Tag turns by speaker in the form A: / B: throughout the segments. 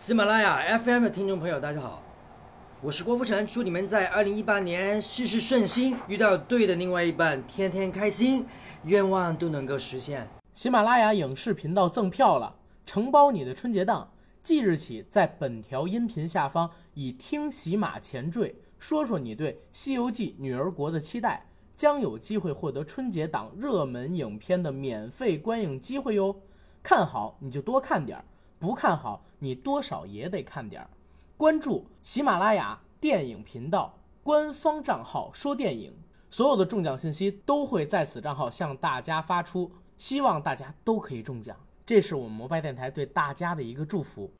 A: 喜马拉雅 FM 的听众朋友，大家好，我是郭富城，祝你们在二零一八年事事顺心，遇到对的另外一半，天天开心，愿望都能够实现。
B: 喜马拉雅影视频道赠票了，承包你的春节档。即日起，在本条音频下方以“听喜马前缀”说说你对《西游记》女儿国的期待，将有机会获得春节档热门影片的免费观影机会哟。看好你就多看点儿，不看好你多少也得看点儿。关注喜马拉雅电影频道官方账号说电影，所有的中奖信息都会在此账号向大家发出，希望大家都可以中奖。这是我们摩拜电台对大家的一个祝福。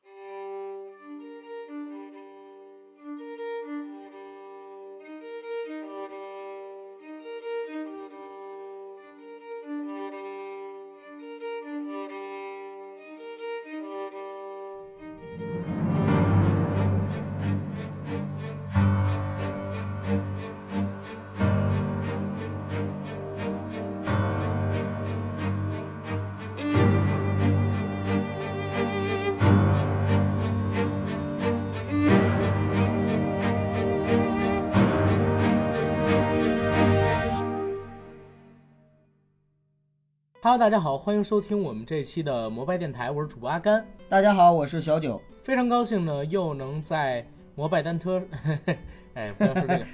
B: Hello，大家好，欢迎收听我们这一期的摩拜电台，我是主播阿甘，
C: 大家好，我是小九。
B: 非常高兴呢，又能在摩拜单车， 哎，不要说这个，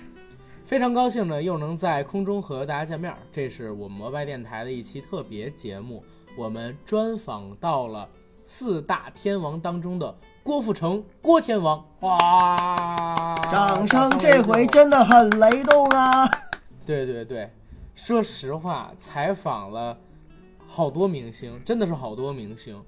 B: 非常高兴呢，又能在空中和大家见面儿。这是我们摩拜电台的一期特别节目，我们专访到了四大天王当中的郭富城，郭天王，哇，
C: 掌声这回
A: 啊
C: 真的很雷动啊！
B: 对对对，说实话，采访了好多明星，真的是好多明星。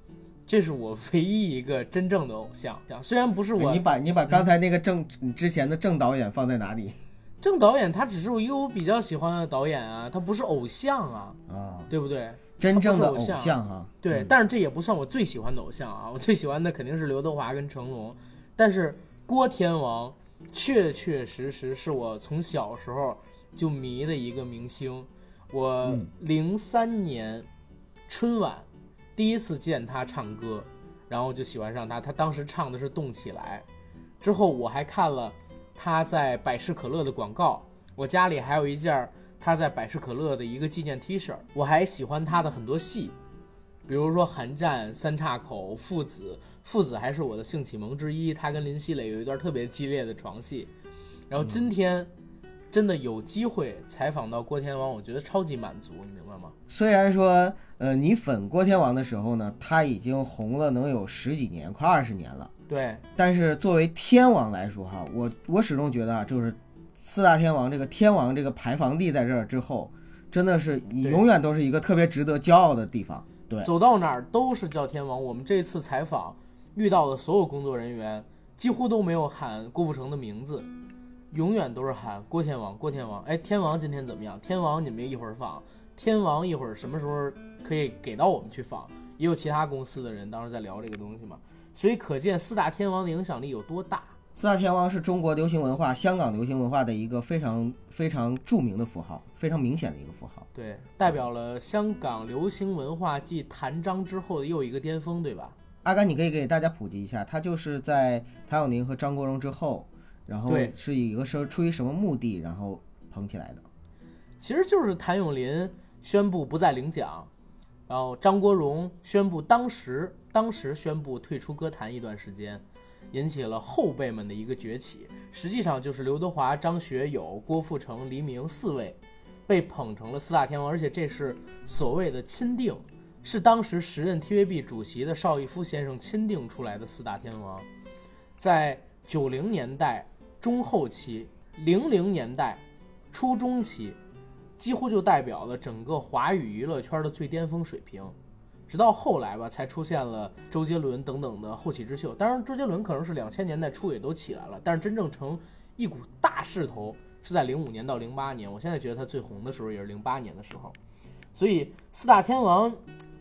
B: 这是我唯一一个真正的偶像，虽然不是我
C: 你把你把刚才那个郑你之前的郑导演放在哪里
B: 郑导演他只是一个我比较喜欢的导演啊，他不是偶像啊，
C: 啊？
B: 对不对？
C: 真正的
B: 他不
C: 偶
B: 是偶
C: 像啊！
B: 对，但是这也不算我最喜欢的偶像啊，我最喜欢的肯定是刘德华跟成龙，但是郭天王确确实实是我从小时候就迷的一个明星。我零三年春晚第一次见他唱歌，然后就喜欢上他。他当时唱的是《动起来》，之后我还看了他在百事可乐的广告，我家里还有一件儿他在百事可乐的一个纪念 T 恤儿。我还喜欢他的很多戏，比如说《寒战》《三岔口》《父子》，《父子》还是我的性启蒙之一。他跟林熙蕾有一段特别激烈的床戏。然后今天真的有机会采访到郭天王，我觉得超级满足，你明白吗？
C: 虽然说，呃，你粉郭天王的时候呢，他已经红了能有十几年，快二十年了。
B: 对，
C: 但是作为天王来说哈，我我始终觉得啊，就是四大天王这个天王这个排房地在这儿之后，真的是你
B: 对
C: 永远都是一个特别值得骄傲的地方。对，
B: 走到哪儿都是叫天王。我们这次采访遇到的所有工作人员，几乎都没有喊郭富城的名字，永远都是喊郭天王，郭天王。哎，天王今天怎么样？天王你们一会儿放，天王一会儿什么时候可以给到我们去放？也有其他公司的人当时在聊这个东西嘛，所以可见四大天王的影响力有多大。
C: 四大天王是中国流行文化、香港流行文化的一个非常非常著名的符号，非常明显的一个符号。
B: 对，代表了香港流行文化继谭张之后的又一个巅峰，对吧？
C: 阿甘，你可以给大家普及一下，他就是在谭咏麟和张国荣之后，然后
B: 对
C: 是以一个是出于什么目的，然后捧起来的。
B: 其实就是谭咏麟宣布不再领奖，然后张国荣宣布当时当时宣布退出歌坛一段时间，引起了后辈们的一个崛起。实际上就是刘德华、张学友、郭富城、黎明四位被捧成了四大天王，而且这是所谓的钦定，是当时时任 TVB 主席的邵逸夫先生钦定出来的四大天王。在九零年代中后期、零零年代初中期，几乎就代表了整个华语娱乐圈的最巅峰水平。直到后来吧，才出现了周杰伦等等的后起之秀。当然，周杰伦可能是两千年代初也都起来了，但是真正成一股大势头是在零五年到零八年。我现在觉得他最红的时候也是零八年的时候。所以四大天王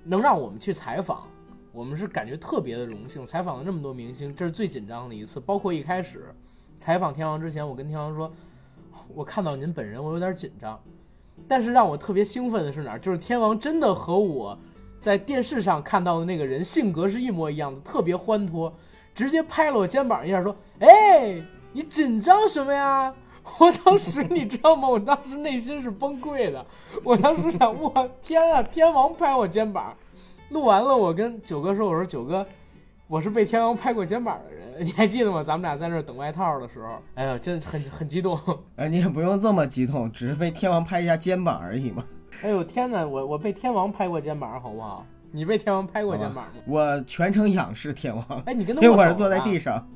B: 能让我们去采访，我们是感觉特别的荣幸。采访了那么多明星，这是最紧张的一次。包括一开始采访天王之前，我跟天王说，我看到您本人，我有点紧张。但是让我特别兴奋的是哪儿？就是天王真的和我在电视上看到的那个人性格是一模一样的，特别欢脱。直接拍了我肩膀一下，说：“哎，你紧张什么呀？” 我当时你知道吗？我当时内心是崩溃的。我当时想，我天啊，天王拍我肩膀。录完了，我跟九哥说：“我说九哥，我是被天王拍过肩膀的人，你还记得吗？咱们俩在那儿等外套的时候，哎呀，真的很很激动。
C: 哎，你也不用这么激动，只是被天王拍一下肩膀而已嘛。
B: 哎呦天哪，我我被天王拍过肩膀，好不好？你被天王拍过肩膀吗？
C: 我全程仰视天王，
B: 哎，你跟他
C: 因为
B: 握手
C: 我
B: 了
C: 是坐在地上，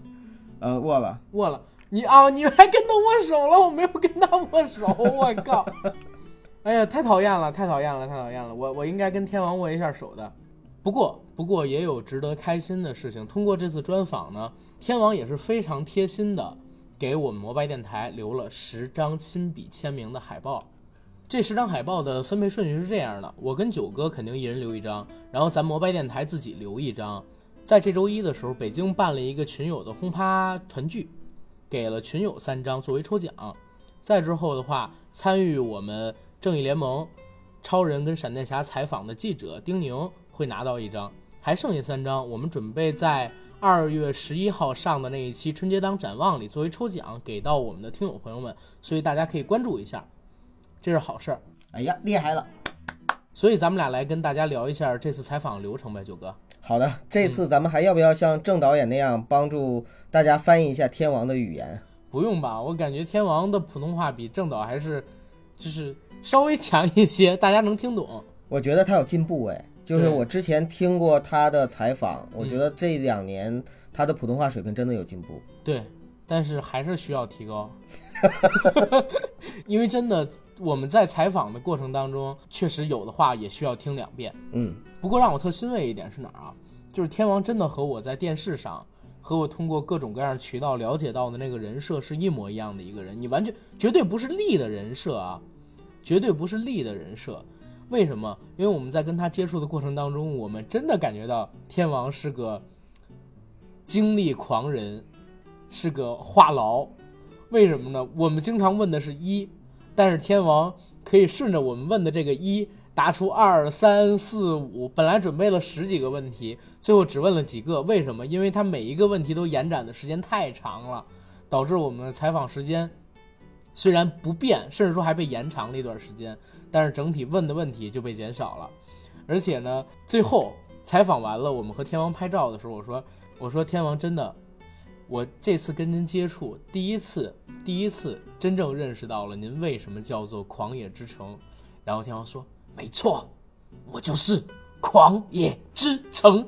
C: 呃，握了。
B: 握了你啊，你还跟他握手了，我没有跟他握手， 我靠！哎呀，太讨厌了，太讨厌了，太讨厌了！我我应该跟天王握一下手的。不过不过也有值得开心的事情，通过这次专访呢，天王也是非常贴心的，给我们摩拜电台留了十张亲笔签名的海报。这十张海报的分配顺序是这样的：我跟九哥肯定一人留一张，然后咱摩拜电台自己留一张。在这周一的时候，北京办了一个群友的轰趴团聚，给了群友三张作为抽奖。再之后的话，参与我们正义联盟、超人跟闪电侠采访的记者丁宁会拿到一张，还剩下三张，我们准备在二月十一号上的那一期春节档展望里作为抽奖给到我们的听友朋友们，所以大家可以关注一下，这是好事儿。
C: 哎呀，厉害了！
B: 所以咱们俩来跟大家聊一下这次采访流程呗，九哥。
C: 好的，这次咱们还要不要像郑导演那样帮助大家翻译一下天王的语言？
B: 不用吧，我感觉天王的普通话比正导还是，就是稍微强一些，大家能听懂。
C: 我觉得他有进步哎，就是
B: 对嗯
C: 我之前听过他的采访，我觉得这两年他的普通话水平真的有进步。
B: 对，但是还是需要提高，因为真的我们在采访的过程当中，确实有的话也需要听两遍。
C: 嗯，
B: 不过让我特欣慰一点是哪儿啊？就是天王真的和我在电视上，和我通过各种各样渠道了解到的那个人设是一模一样的一个人。你完全绝对不是力的人设啊，绝对不是力的人设。为什么？因为我们在跟他接触的过程当中，我们真的感觉到天王是个精力狂人，是个话痨。为什么呢？我们经常问的是一，但是天王可以顺着我们问的这个一答出二三四五，本来准备了十几个问题，最后只问了几个。为什么？因为他每一个问题都延展的时间太长了，导致我们的采访时间虽然不变，甚至说还被延长了一段时间，但是整体问的问题就被减少了。而且呢，最后采访完了，我们和天王拍照的时候，我说我说天王真的，我这次跟您接触，第一次第一次真正认识到了您为什么叫做狂野之城。然后天王说：“没错，我就是狂野之城。”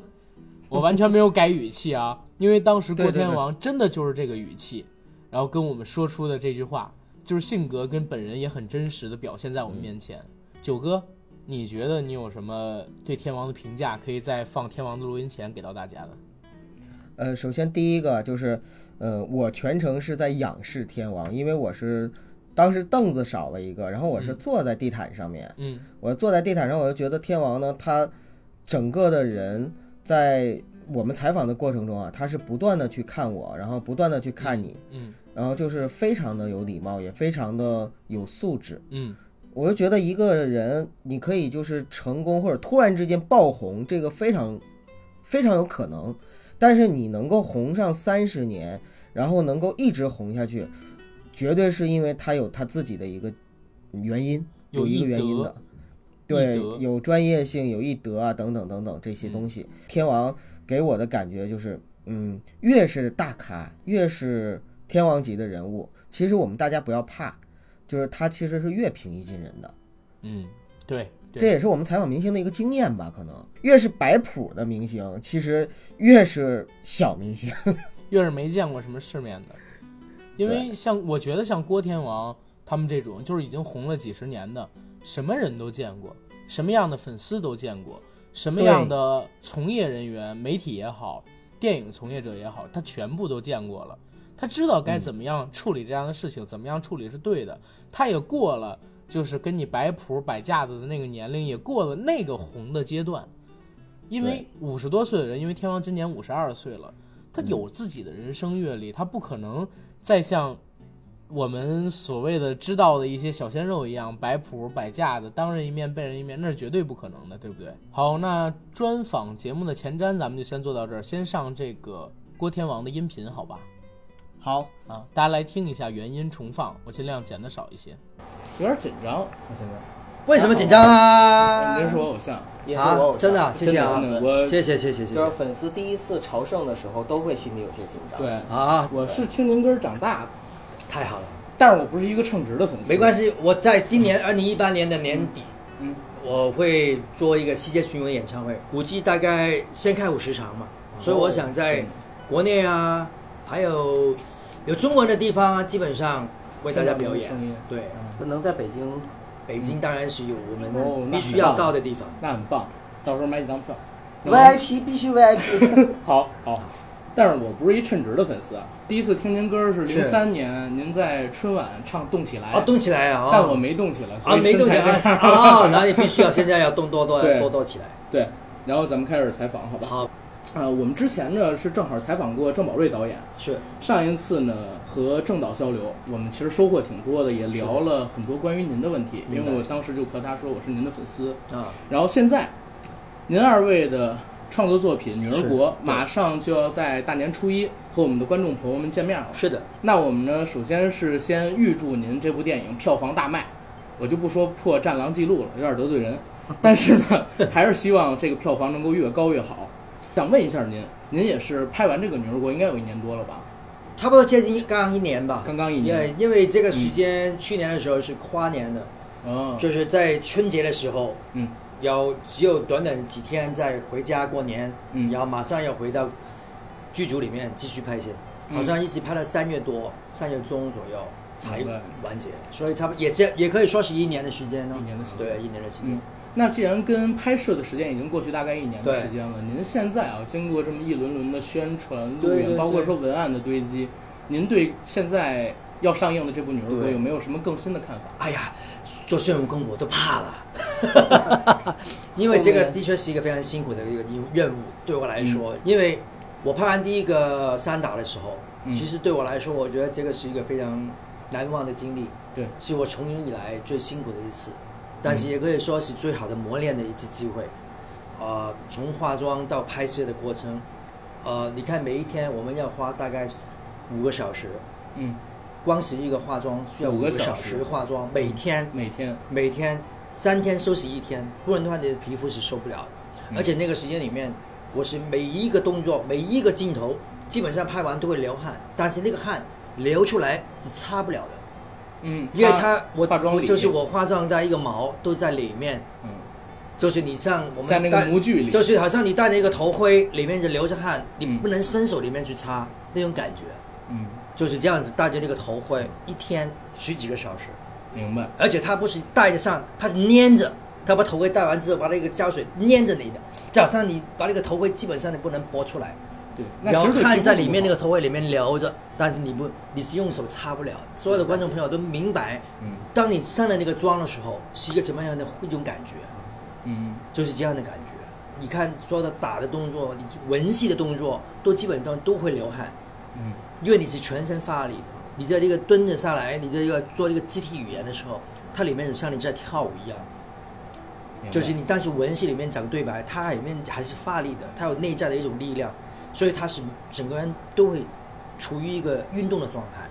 B: 我完全没有改语气啊，因为当时
C: 对
B: 郭
C: 对对
B: 天王真的就是这个语气，然后跟我们说出的这句话，就是性格跟本人也很真实的表现在我
C: 嗯
B: 们面前。九哥，你觉得你有什么对天王的评价，可以在放天王的录音前给到大家的？
C: 呃，首先第一个就是，呃，我全程是在仰视天王，因为我是当时凳子少了一个，然后我是坐在地毯上面，
B: 嗯
C: 我坐在地毯上，我就觉得天王呢，他整个的人在我们采访的过程中啊，他是不断的去看我，然后不断的去看你，
B: 嗯
C: 然后就是非常的有礼貌，也非常的有素质。
B: 嗯，
C: 我就觉得一个人，你可以就是成功或者突然之间爆红，这个非常非常有可能。但是你能够红上三十年，然后能够一直红下去，绝对是因为他有他自己的一个原因，
B: 有
C: 有一个
B: 艺
C: 原因
B: 德
C: 的。对
B: 艺德，
C: 有专业性，有艺德啊，等等等等这些
A: 嗯
C: 东西。天王给我的感觉就是，嗯，越是大咖，越是天王级的人物，其实我们大家不要怕，就是他其实是越平易近人的。
B: 嗯，对
C: 这
B: 对，
C: 也是我们采访明星的一个经验吧，可能越是摆谱的明星，其实越是小明星。
B: 越是没见过什么世面的，因为像我觉得像郭天王他们这种，就是已经红了几十年的，什么人都见过，什么样的粉丝都见过，什么样的从业人员、媒体也好，电影从业者也好，他全部都见过了。他知道该怎么样处理这样的事情，怎么样处理是对的。他也过了就是跟你摆谱摆架子的那个年龄，也过了那个红的阶段。因为五十多岁的人，因为天王今年五十二岁了，他有自己的人生阅历，他不可能再像我们所谓的知道的一些小鲜肉一样摆谱摆架子，当人一面背人一面，那是绝对不可能的，对不对？好，那专访节目的前瞻咱们就先做到这儿，先上这个。
D: 郭天王的音频，好吧？
C: 好，
D: 啊，大家来听一下原音重放，我尽量剪的少一些。
B: 有点紧张，我现在。
A: 为什么紧张啊？
B: 您是我偶像，
C: 也是我偶
A: 啊，
C: 像
A: 真的啊，谢谢啊
B: 真的真，的我
A: 谢谢谢谢谢
C: 就是
A: 谢
C: 粉丝第一次朝圣的时候，都会心里有些紧张。，
B: 对，
A: 啊，
B: 我是听您歌儿长大的，
A: 太好了，
B: 但是我不是一个称职的粉丝。
A: 没关
B: 系，
A: 系，我在今年二零一八年的年底，
B: 嗯，
A: 我会做一个世界巡回演唱会，估计大概先开五十场嘛，所以我想在
B: 嗯
A: 国内啊，还有有中文的地方啊，基本上为大家表演
B: 听到您的声音。嗯
A: 对，
C: 能在北京，
A: 北京当然是有我
B: 哦
A: 们
B: 那
A: 必须要
B: 很棒
A: 到的地方。
B: 那很棒，到时候买几张票。
C: VIP 必须 VIP，
B: 好好，但是我不是一称职的粉丝啊。第一次听您歌儿是
A: 是
B: 零三年，您在春晚唱《动起来》
A: 啊，动起来啊！
B: 但我没动起来，所
A: 啊
B: 以
A: 没动起来
B: 身材这 样
A: 啊，那你必须要现在要动多多
B: 对
A: 多多起来。
B: 对，然后咱们开始采访，好吧？
A: 好，
B: 啊，我们之前呢是正好采访过郑宝瑞导演，
A: 是
B: 上一次呢和郑导交流，我们其实收获挺多的，也聊了很多关于您的问题，因为我当时就和他说我是您的粉丝。
A: 啊，
B: 然后现在，您二位的创作作品《女儿国》
A: 是
B: 马上就要在大年初一和我们的观众朋友们见面了。
A: 是的，
B: 那我们呢，首先是先预祝您这部电影票房大卖，我就不说破《战狼》记录了，有点得罪人，但是呢， 还是希望这个票房能够越高越好。想问一下您，您也是拍完这个《女儿国》应该有一年多了吧？
A: 差不多接近刚刚一年吧。
B: 刚刚一
A: 因
B: 年嗯
A: 为因为这个时间，去年的时候是跨年的，
B: 哦，
A: 就是在春节的时候，
B: 嗯，
A: 要只有短短几天再回家过年，
B: 嗯
A: 然后马上要回到剧组里面继续拍戏，
B: 嗯
A: 好像一直拍了三月多，三月中左右才
B: 明白
A: 完结，所以差不多也是也可以说是一年的时间呢，
B: 一年的时间
A: 对，一年的时间
B: 嗯。，那既然跟拍摄的时间已经过去大概一年的
A: 对
B: 时间了，您现在啊，经过这么一轮轮的宣传、
A: 对
B: 路
A: 对
B: 演，
A: 对
B: 包括说文案的堆积，您对现在要上映的这部《女儿国》
A: 对
B: 有没有什么更新的看法？
A: 哎呀，做孙悟空我都怕 了，因为这个的确是一个非常辛苦的一个任务，对我来说，因为我拍完第一个三打的时候，
B: 嗯
A: 其实对我来说，我觉得这个是一个非常难忘的经历，
B: 对，
A: 是我从影以来最辛苦的一次，但是也可以说是最好的磨练的一次机会。呃，从化妆到拍摄的过程，呃，你看每一天我们要花大概五个小时，
B: 嗯，
A: 光是一个化妆需要
B: 五
A: 五
B: 个
A: 个
B: 小
A: 小
B: 时
A: 时化妆，每天
B: 每天，
A: 每天三天休息一天，不然的话你的皮肤是受不了的。
B: 嗯
A: 而且那个时间里面，我是每一个动作、每一个镜头，基本上拍完都会流汗，但是那个汗流出来是擦不了的，
B: 嗯，
A: 因为它我
B: 化妆
A: 我
B: 里
A: 就是，我化妆在一个毛都在里面，
B: 嗯，
A: 就是你像我们
B: 在那个
A: 戴
B: 模具里
A: 就是好像你戴着一个头盔，里面是流着汗，你
B: 嗯
A: 不能伸手里面去擦，那种感觉
B: 嗯，
A: 就是这样子戴着那个头盔，一天十几个小时。
B: 明白，
A: 而且它不是戴着上，它是粘着。它把头盔戴完之后，把那个胶水粘着你的，早上你把那个头盔基本上你不能拨出来，
B: 对，那
A: 然后
B: 其实对
A: 汗
B: 皮肤
A: 在
B: 不
A: 里面
B: 好
A: 那个，头盔里面流着，但是你不你是用手擦不了的。所有的观众朋友都明白，
B: 嗯
A: 当你上了那个妆的时候，是一个怎么样的一种感觉，
B: 嗯，
A: 就是这样的感觉。你看所有的打的动作，你文戏的动作，都基本上都会流汗。
B: 嗯，
A: 因为你是全身发力的，你在这个蹲着下来，你在这个做这个肢体语言的时候，它里面像你在跳舞一样，
B: 明白
A: 就是你但是文戏里面讲对白，它里面还是发力的，它有内在的一种力量，所以它是整个人都会处于一个运动的状态，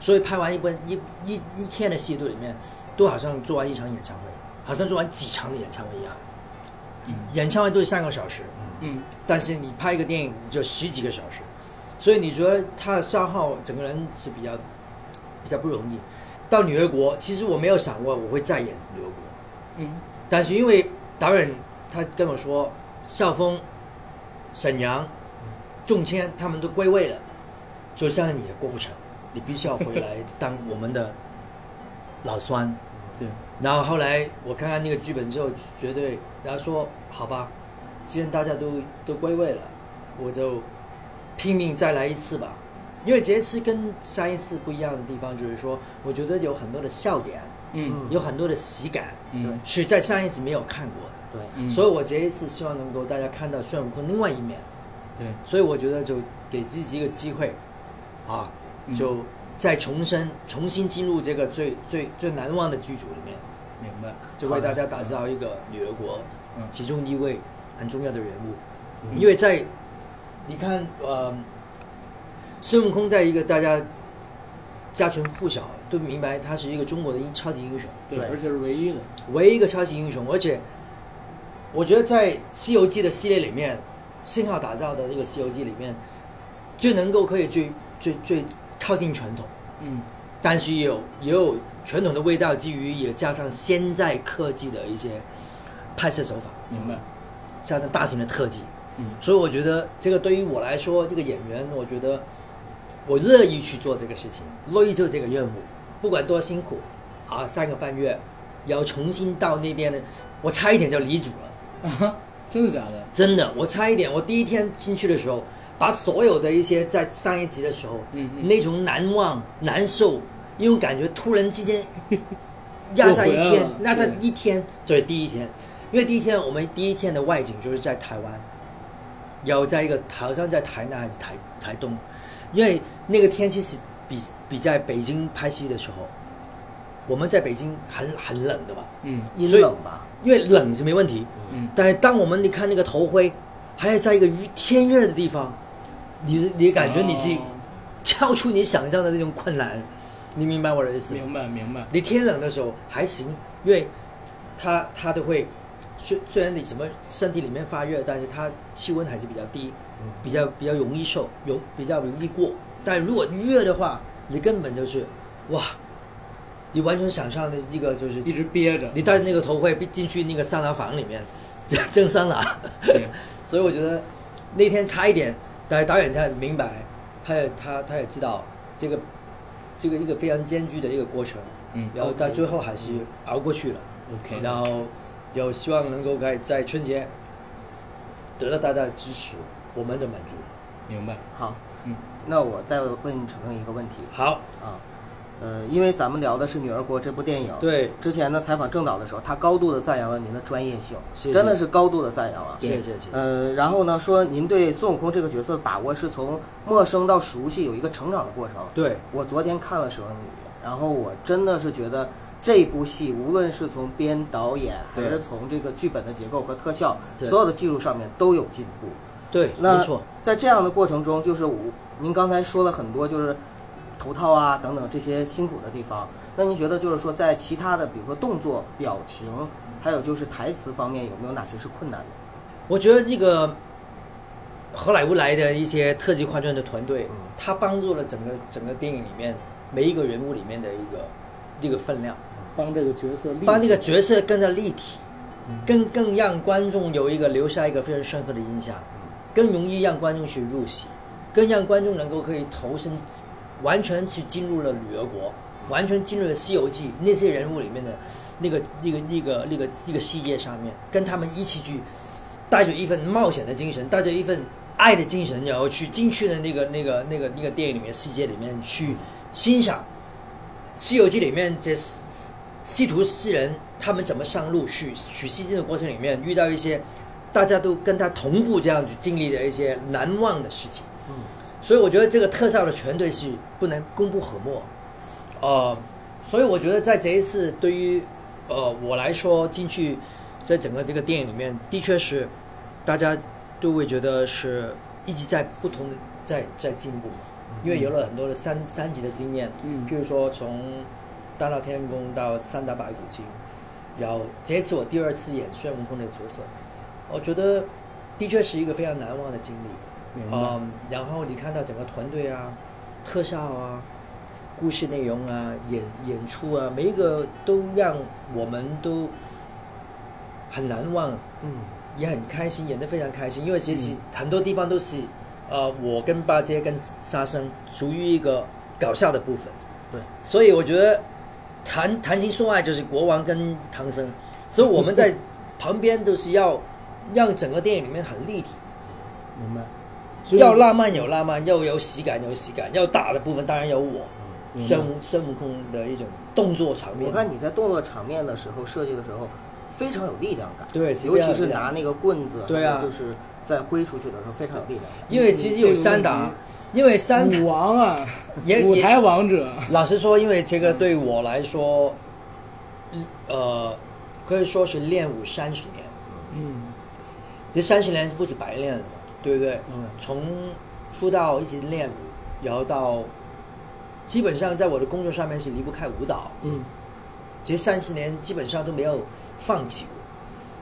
A: 所以拍完一部一一一天的戏都里面，都好像做完一场演唱会，好像做完几场的演唱会一样，演唱会都是三个小时，
B: 嗯，
A: 但是你拍一个电影就十几个小时，所以你觉得他的消耗整个人是比较比较不容易。到女儿国，其实我没有想过我会再演女儿国，
B: 嗯
A: 但是因为导演他跟我说，校风、沈阳、中签他们都归位了，就像你也过不成，你必须要回来当我们的老酸。
B: 对，
A: 然后后来我看看那个剧本之后，绝对，然后说好吧，既然大家都都归位了，我就拼命再来一次吧。因为这一次跟上一次不一样的地方，就是说，我觉得有很多的笑点，
B: 嗯
A: 有很多的喜感，
B: 嗯
A: 是在上一次没有看过的。
C: 对，
B: 嗯，
A: 所以我这一次希望能够大家看到孙悟空另外一面。
B: 对，
A: 所以我觉得就给自己一个机会，啊
B: 嗯，
A: 就再重生，重新进入这个最最最难忘的剧组里面。
B: 明白，
A: 就为大家打造一个女儿国
B: 嗯
A: 其中一位很重要的人物，因为在你看呃孙悟空在一个大家家传户晓都明白，他是一个中国的英超级英雄，
E: 对，
C: 对
E: 而且是唯一的。
A: 唯一一个超级英雄，而且我觉得在《西游记》的系列里面，信号打造的这个《西游记》里面，最能够可以最最最靠近传统，
E: 嗯，
A: 但是也有也有传统的味道，基于也加上现在科技的一些拍摄手法，
E: 明白。
A: 加上大型的特技，
E: 嗯
A: 所以我觉得这个对于我来说，这个演员，我觉得我乐意去做这个事情，乐意做这个任务，不管多辛苦啊，三个半月要重新到那边的，我差一点就离组了。
E: 啊，真的假的？
A: 真的，我差一点，我第一天进去的时候，把所有的一些在上一集的时候，
E: 嗯嗯
A: 那种难忘、难受，因为感觉突然之间压在一
E: 又回来
A: 天
E: 了，
A: 压在
E: 对
A: 一天，这是第一天，因为第一天我们第一天的外景就是在台湾，然后在一个好像在台南还是台台东，因为那个天气是比比在北京拍戏的时候，我们在北京很很冷的嘛，
E: 嗯
C: 阴
A: 所以
C: 冷吧？
A: 因为冷是没问题，
E: 嗯
A: 但是当我们你看那个头盔，还是在一个天热的地方，你你 感觉你是
E: 哦
A: 超出你想象的那种困难，你明白我的意思吗？
E: 明白明白。
A: 你天冷的时候还行，因为它它都会，虽虽然你什么身体里面发热，但是它气温还是比较低，
E: 嗯
A: 比较比较容易受，容比较容易过。但如果热的话，你根本就是哇，你完全想象的一个就是
E: 一直憋着。
A: 你戴那个头盔进去那个桑拿房里面， 蒸桑拿，
E: 对
A: 所以我觉得那天差一点，但是导演他明白，他也他他也知道这个这个一个非常艰巨的一个过程，
E: 嗯
A: 然后到最后还是熬过去了，
E: ，OK。
A: 然后有希望能够在在春节得到大家的支持，我们的满足。
E: 明白。
C: 好，
E: 嗯，
C: 那我再问程程一个问题
A: 好，
C: 啊，呃，因为咱们聊的是《女儿国》这部电影，
A: 对
C: 之前呢采访郑导的时候，他高度的赞扬了您的专业性，
A: 谢谢
C: 真的是高度的赞扬啊。
A: 谢谢谢谢。
C: 呃，然后呢，说您对孙悟空这个角色的把握是从陌生到熟悉，有一个成长的过程。
A: 对，
C: 我昨天看了《蛇女》，然后我真的是觉得这部戏，无论是从编导演，还
A: 对
C: 是从这个剧本的结构和特效，
A: 对
C: 所有的技术上面都有进步。
A: 对，
C: 那
A: 没错，
C: 在这样的过程中，就是我您刚才说了很多，就是头套啊等等这些辛苦的地方。那您觉得就是说，在其他的，比如说动作、表情，还有就是台词方面，有没有哪些是困难的？
A: 我觉得这个好莱坞来的一些特技化妆的团队
C: 嗯，
A: 他帮助了整个整个电影里面每一个人物里面的一个一个分量，
E: 帮这个角色立体，
A: 把这个角色更加立体，更更让观众有一个留下一个非常深刻的印象，更容易让观众去入戏，更让观众能够可以投身，完全去进入了旅游国，完全进入了《西游记》那些人物里面的那个那个那个那个那个世界上面，跟他们一起去，带着一份冒险的精神，带着一份爱的精神，然后去进去的那个那个那个那个电影里面世界里面去欣赏。《西游记》里面这四西徒四人他们怎么上路去取西经的过程里面，遇到一些大家都跟他同步这样去经历的一些难忘的事情。
C: 嗯，
A: 所以我觉得这个特效的团队是不能功不可没。呃，所以我觉得在这一次对于呃我来说进去，在整个这个电影里面，的确是大家都会觉得是一直在不同的在在进步嘛，因为有了很多的三三级的经验，
E: 嗯
A: 譬如说从大闹天宫到三打白骨精，然后这一次我第二次演孙悟空的角色，我觉得的确是一个非常难忘的经历。
E: 明白
A: 嗯，然后你看到整个团队啊、特效啊、故事内容啊、演演出啊，每一个都让我们都很难忘，
C: 嗯
A: 也很开心，演得非常开心。因为其实
E: 嗯
A: 很多地方都是，呃，我跟八戒跟沙僧属于一个搞笑的部分，
C: 对，
A: 所以我觉得谈谈情说爱就是国王跟唐僧，所以我们在旁边都是要 让整个电影里面很立体。
E: 明白。所以
A: 要浪漫有浪漫，要有喜感有喜感，要打的部分当然有我
E: 明白
A: 孙悟孙悟空的一种动作场面。
C: 我看你在动作场面的时候设计的时候，非常有力量感，
A: 对是
C: 尤
A: 非常
C: 其
A: 有
C: 是
A: 力量
C: 拿那个棍子，
A: 对啊
C: 还有就是在挥出去的时候非常有力量感。
A: 因为其实有三打，因为三
B: 嗯
A: 打
E: 舞王啊，
A: 也
E: 舞
A: 也
E: 台王者，
A: 老实说，因为这个对我来说，嗯呃，可以说是练武三十年，
E: 嗯，
A: 这三十年是不止白练的嘛，对不对？
E: 嗯
A: 从出道一直练舞，然后到基本上在我的工作上面是离不开舞蹈，
F: 嗯，
A: 这三十年基本上都没有放弃过。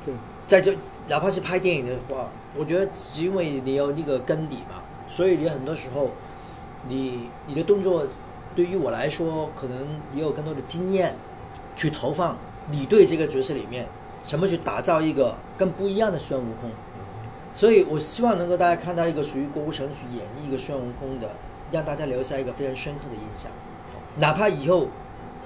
B: 对，
A: 在这哪怕是拍电影的话，我觉得只因为你有那个根底嘛，所以你很多时候你你的动作对于我来说，可能也有更多的经验去投放你对这个角色里面怎么去打造一个更不一样的孙悟空。所以我希望能够大家看到一个属于郭富城去演绎一个孙悟空的，让大家留下一个非常深刻的印象。哪怕以后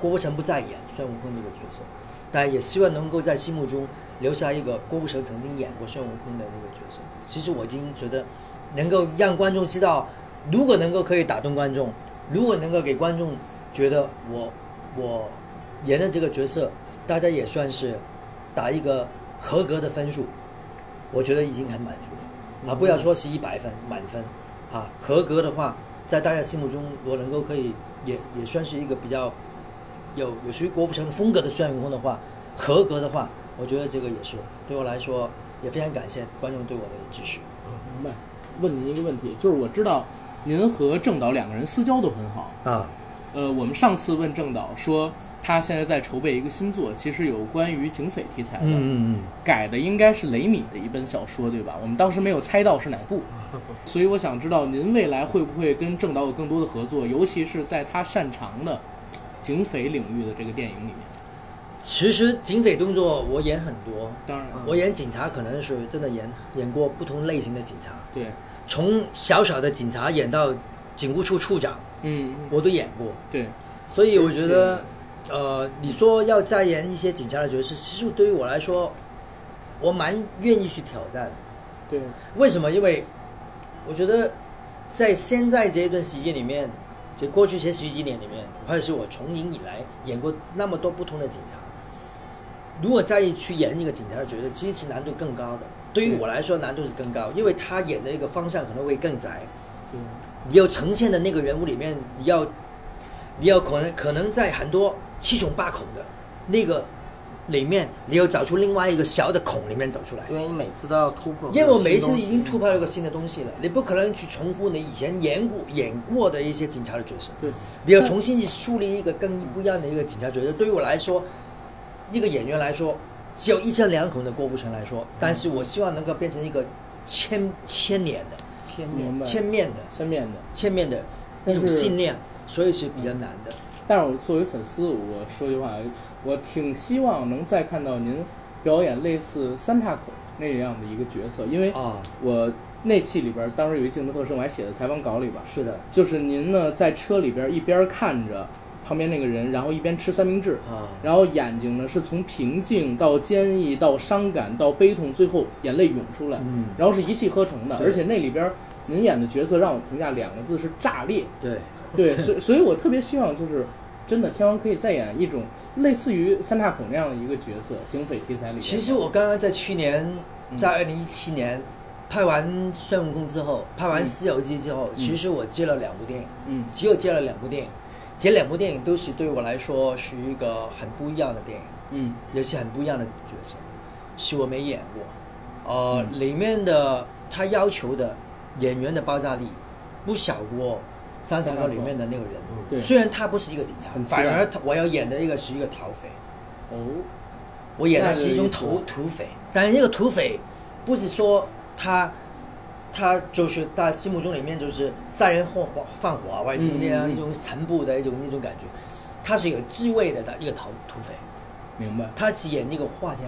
A: 郭富城不再演孙悟空这个角色，但也希望能够在心目中留下一个郭富城曾经演过孙悟空的那个角色。其实我已经觉得，能够让观众知道，如果能够可以打动观众，如果能够给观众觉得我我演的这个角色，大家也算是打一个合格的分数。我觉得已经很满足了啊！不要说是一百分满分啊，合格的话，在大家心目中，我能够可以也也算是一个比较有有属于郭富城风格的孙悟空的话，合格的话，我觉得这个也是对我来说也非常感谢观众对我的支持。
B: 明白。问您一个问题，就是我知道您和郑导两个人私交都很好。
A: 啊，
B: 呃，我们上次问郑导说，他现在在筹备一个新作，其实有关于警匪题材的，
A: 嗯嗯
B: 改的应该是雷米的一本小说，对吧？我们当时没有猜到是哪部，所以我想知道您未来会不会跟郑导有更多的合作，尤其是在他擅长的警匪领域的这个电影里面。
A: 嗯，其实警匪动作我演很多，
B: 当然，
A: 我演警察可能是真的演演过不同类型的警察，
B: 对，
A: 从小小的警察演到警务处处长，
B: 嗯，嗯
A: 我都演过。
B: 对，
A: 所以我觉得，呃，你说要再演一些警察的角色，其实对于我来说，我蛮愿意去挑战的。
B: 对，
A: 为什么？因为我觉得在现在这一段时间里面，就过去这十几年里面，或者是我从影以来演过那么多不同的警察，如果再去演一个警察的角色，其实是难度更高的。对于我来说，难度是更高，因为他演的一个方向可能会更窄。
B: 对，
A: 你要呈现的那个人物里面，你要，你要可能可能在很多七孔八孔的那个里面，你要找出另外一个小的孔里面走出来。
C: 因为你每次都要突破，
A: 因为我每一次已经突破了一个新的东西了，你不可能去重复你以前演过演过的一些警察的角色，
B: 对，
A: 你要重新去树立一个更不一样的一个警察角色。对于我来说，一个演员来说，只有一张两口的郭富城来说，但是我希望能够变成一个千千年的、
C: 千年。
B: 明白。
A: 千面的、
B: 千面的。
A: 千面的一种
B: 但是
A: 信念，所以是比较难的。
B: 但是我作为粉丝，我说句话，我挺希望能再看到您表演类似三岔口那样的一个角色，因为
A: 啊，
B: 我那期里边儿当时有一镜头特深，我还写在采访稿里边儿，
A: 是的，
B: 就是您呢在车里边儿一边看着旁边那个人，然后一边吃三明治，
A: 啊，
B: 然后眼睛呢是从平静到坚毅到伤感到悲痛，最后眼泪涌出来，
A: 嗯，
B: 然后是一气呵成的，
A: 对
B: 而且那里边儿您演的角色让我评价两个字是炸裂，
A: 对，
B: 对，所以所以我特别希望就是。真的，天王可以再演一种类似于三大孔那样的一个角色，警匪题材里边。
A: 其实我刚刚在去年，
B: 嗯
A: 在二零一七年拍完《孙悟空》之后，拍完《西游记》之后，其实我接了两部电影，
B: 嗯，
A: 只有接了两部电影，这两部电影都是对我来说是一个很不一样的电影，
B: 嗯
A: 也是很不一样的角色，是我没演过，呃，
B: 嗯
A: 里面的他要求的演员的爆炸力不小过《三傻哥》里面的那个人
C: 嗯，
B: 对
A: 虽然他不是一个警察
B: 很，奇怪
A: 反而他我要演的一个是一个逃匪。
B: 哦，
A: 我演
B: 那
A: 的
B: 就是
A: 一种
B: 意思
A: 土
B: 了
A: 土匪，但是那个土匪不是说他他就是大家心目中里面就是杀人放火放火啊，或者是那样
B: 嗯嗯嗯
A: 一种残暴的一种那种感觉，他是有智慧的一个逃土匪，
B: 明白。
A: 他是演那个画家。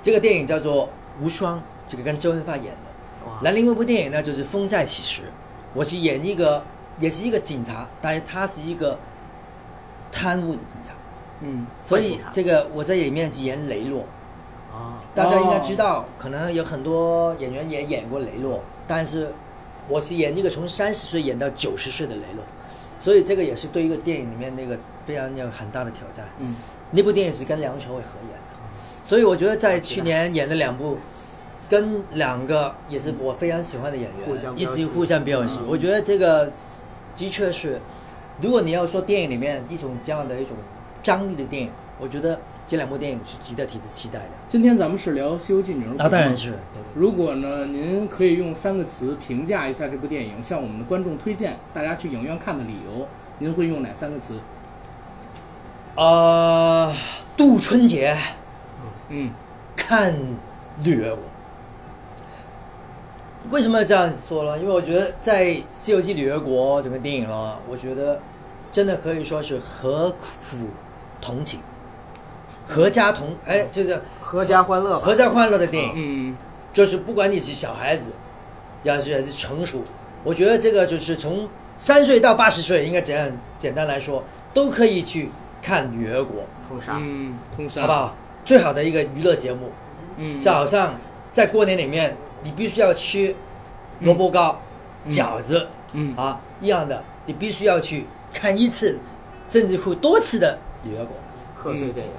A: 这个电影叫做《无双》，这个跟周润发演的。
C: 哇
A: 然后另外一部电影呢，就是《风再起时》，我是演一个也是一个警察，但是他是一个贪污的警察。
B: 嗯，
A: 所以这个我在里面是演雷洛，
C: 啊，
A: 大家应该知道，可能有很多演员也演过雷洛，但是我是演一个从三十岁演到九十岁的雷洛，所以这个也是对一个电影里面那个非常有很大的挑战。
B: 嗯，
A: 那部电影是跟梁朝伟合演的，所以我觉得在去年演了两部，跟两个也是我非常喜欢的演员，
C: 互相
A: 一
C: 标
A: 直
C: 识
A: 互相标识。
B: 嗯
A: 我觉得这个的确是，如果你要说电影里面一种这样的一种张力的电影，我觉得这两部电影是值得提的期待的。
E: 今天咱们是聊《西游记》名
A: 那啊当然是，对对
E: 如果呢，您可以用三个词评价一下这部电影，向我们的观众推荐大家去影院看的理由，您会用哪三个词？
A: 呃，杜春节
E: 嗯，
A: 看女儿我。为什么要这样说呢？因为我觉得在《西游记》里儿国整个电影了，我觉得真的可以说是合府同情，合家同哎，就是
C: 合家欢乐吧，
A: 合家欢乐的电影。
E: 嗯，
A: 就是不管你是小孩子，要是还是成熟，我觉得这个就是从三岁到八十岁，应该怎样简单来说，都可以去看《女儿国
C: 通杀。
E: 嗯，通》，杀，
A: 啊好不？好？最好的一个娱乐节目。
E: 嗯，
A: 早上在过年里面，你必须要吃萝卜糕、
E: 嗯
A: 饺子、
E: 嗯
A: 啊一样的，你必须要去看一次，甚至乎多次的《女儿国》。
C: 贺
A: 嗯
C: 岁电影。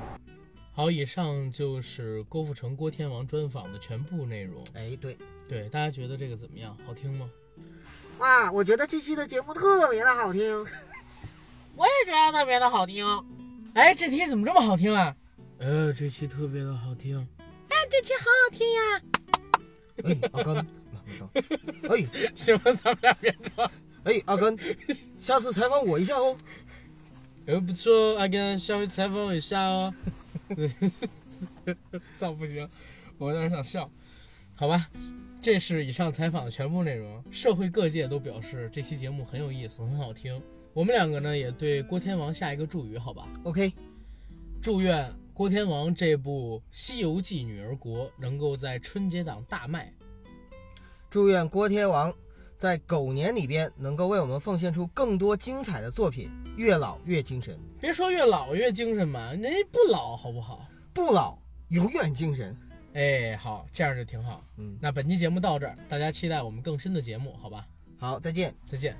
B: 好，以上就是郭富城、郭天王专访的全部内容。
C: 哎，对
B: 对，大家觉得这个怎么样？好听吗？
G: 哇，啊我觉得这期的节目特别的好听。
B: 我也觉得特别的好听。哎，这题怎么这么好听啊？呃，这期特别的好听。 啊
C: 哎，阿根，哎
B: 行了，咱们俩变装。
C: 哎，阿根，下次采访我一下哦。
B: 呃，不错，阿甘，下回采访我一下哦。 造不行，我有点想笑。好吧，这是以上采访的全部内容。社会各界都表示这期节目很有意思，很好听。我们两个呢，也对郭天王下一个祝语，好吧？
C: OK，
B: 祝愿《郭天王》这部《西游记女儿国》能够在春节档大卖。
C: 祝愿郭天王在狗年里边能够为我们奉献出更多精彩的作品，越老越精神，
B: 别说越老越精神嘛，人家不老好不好？
C: 不老永远精神。
B: 哎，好，这样就挺好。
C: 嗯
B: 那本期节目到这儿，大家期待我们更新的节目，好吧？
C: 好，再见。
B: 再见。